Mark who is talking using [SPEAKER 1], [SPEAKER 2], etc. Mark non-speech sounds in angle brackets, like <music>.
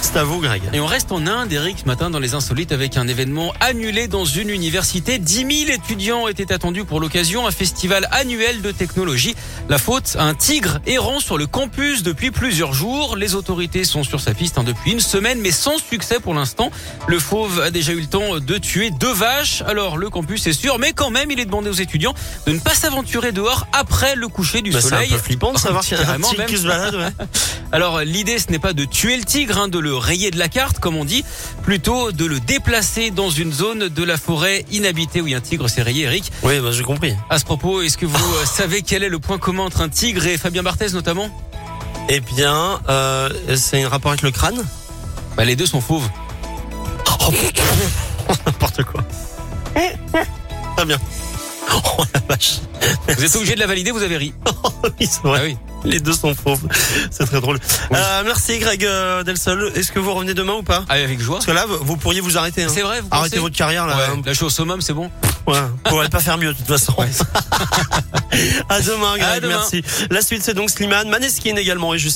[SPEAKER 1] C'est à vous, Greg. Bah,
[SPEAKER 2] Et on reste en Inde, Eric, ce matin dans les Insolites avec un événement annulé dans une université. 10 000 étudiants étaient attendus pour l'occasion, un festival annuel de technologie. La faute, un tigre errant sur le campus depuis plusieurs jours. Les autorités sont sur sa piste hein, depuis une semaine, mais sans succès pour l'instant. Le fauve a déjà eu le temps de tuer deux vaches. Alors le campus est sûr, mais quand même, il est demandé aux étudiants de ne pas s'aventurer dehors après le coucher du
[SPEAKER 1] Bah, c'est un
[SPEAKER 2] soleil.
[SPEAKER 1] peu flippant de savoir qu'il y a un
[SPEAKER 2] Carrément,
[SPEAKER 1] tigre
[SPEAKER 2] même.
[SPEAKER 1] qui se balade.
[SPEAKER 2] <laughs>
[SPEAKER 1] ouais.
[SPEAKER 2] Alors l'idée ce n'est pas de tuer le tigre, hein, de le rayer de la carte comme on dit, plutôt de le déplacer dans une zone de la forêt inhabitée où il y a un tigre, c'est rayé Eric.
[SPEAKER 1] Oui, bah, j'ai compris.
[SPEAKER 2] À ce propos, est-ce que vous euh, savez quel est le point commun entre un tigre et Fabien Barthez notamment
[SPEAKER 1] Eh bien, euh, c'est un rapport avec le crâne
[SPEAKER 2] bah, Les deux sont fauves.
[SPEAKER 1] Oh, <laughs> N'importe quoi. Très bien. Oh la vache. <laughs>
[SPEAKER 2] Vous êtes obligé de la valider, vous avez ri.
[SPEAKER 1] Oui, c'est vrai.
[SPEAKER 2] Ah oui.
[SPEAKER 1] Les deux sont fauves. C'est très drôle.
[SPEAKER 2] Oui.
[SPEAKER 1] Euh, merci Greg euh, Delsol. Est-ce que vous revenez demain ou pas
[SPEAKER 2] Ah, avec joie.
[SPEAKER 1] Parce que là, vous vous pourriez vous arrêter. hein.
[SPEAKER 2] C'est vrai, vous
[SPEAKER 1] Arrêtez
[SPEAKER 2] pensez
[SPEAKER 1] votre carrière là.
[SPEAKER 2] Ouais, là, je suis au summum, c'est bon.
[SPEAKER 1] Ouais, on pourrait pas faire mieux de toute façon.
[SPEAKER 2] Ouais.
[SPEAKER 1] <laughs> à demain, Greg.
[SPEAKER 2] À demain.
[SPEAKER 1] Merci. La suite, c'est donc Slimane, Maneskin également et juste.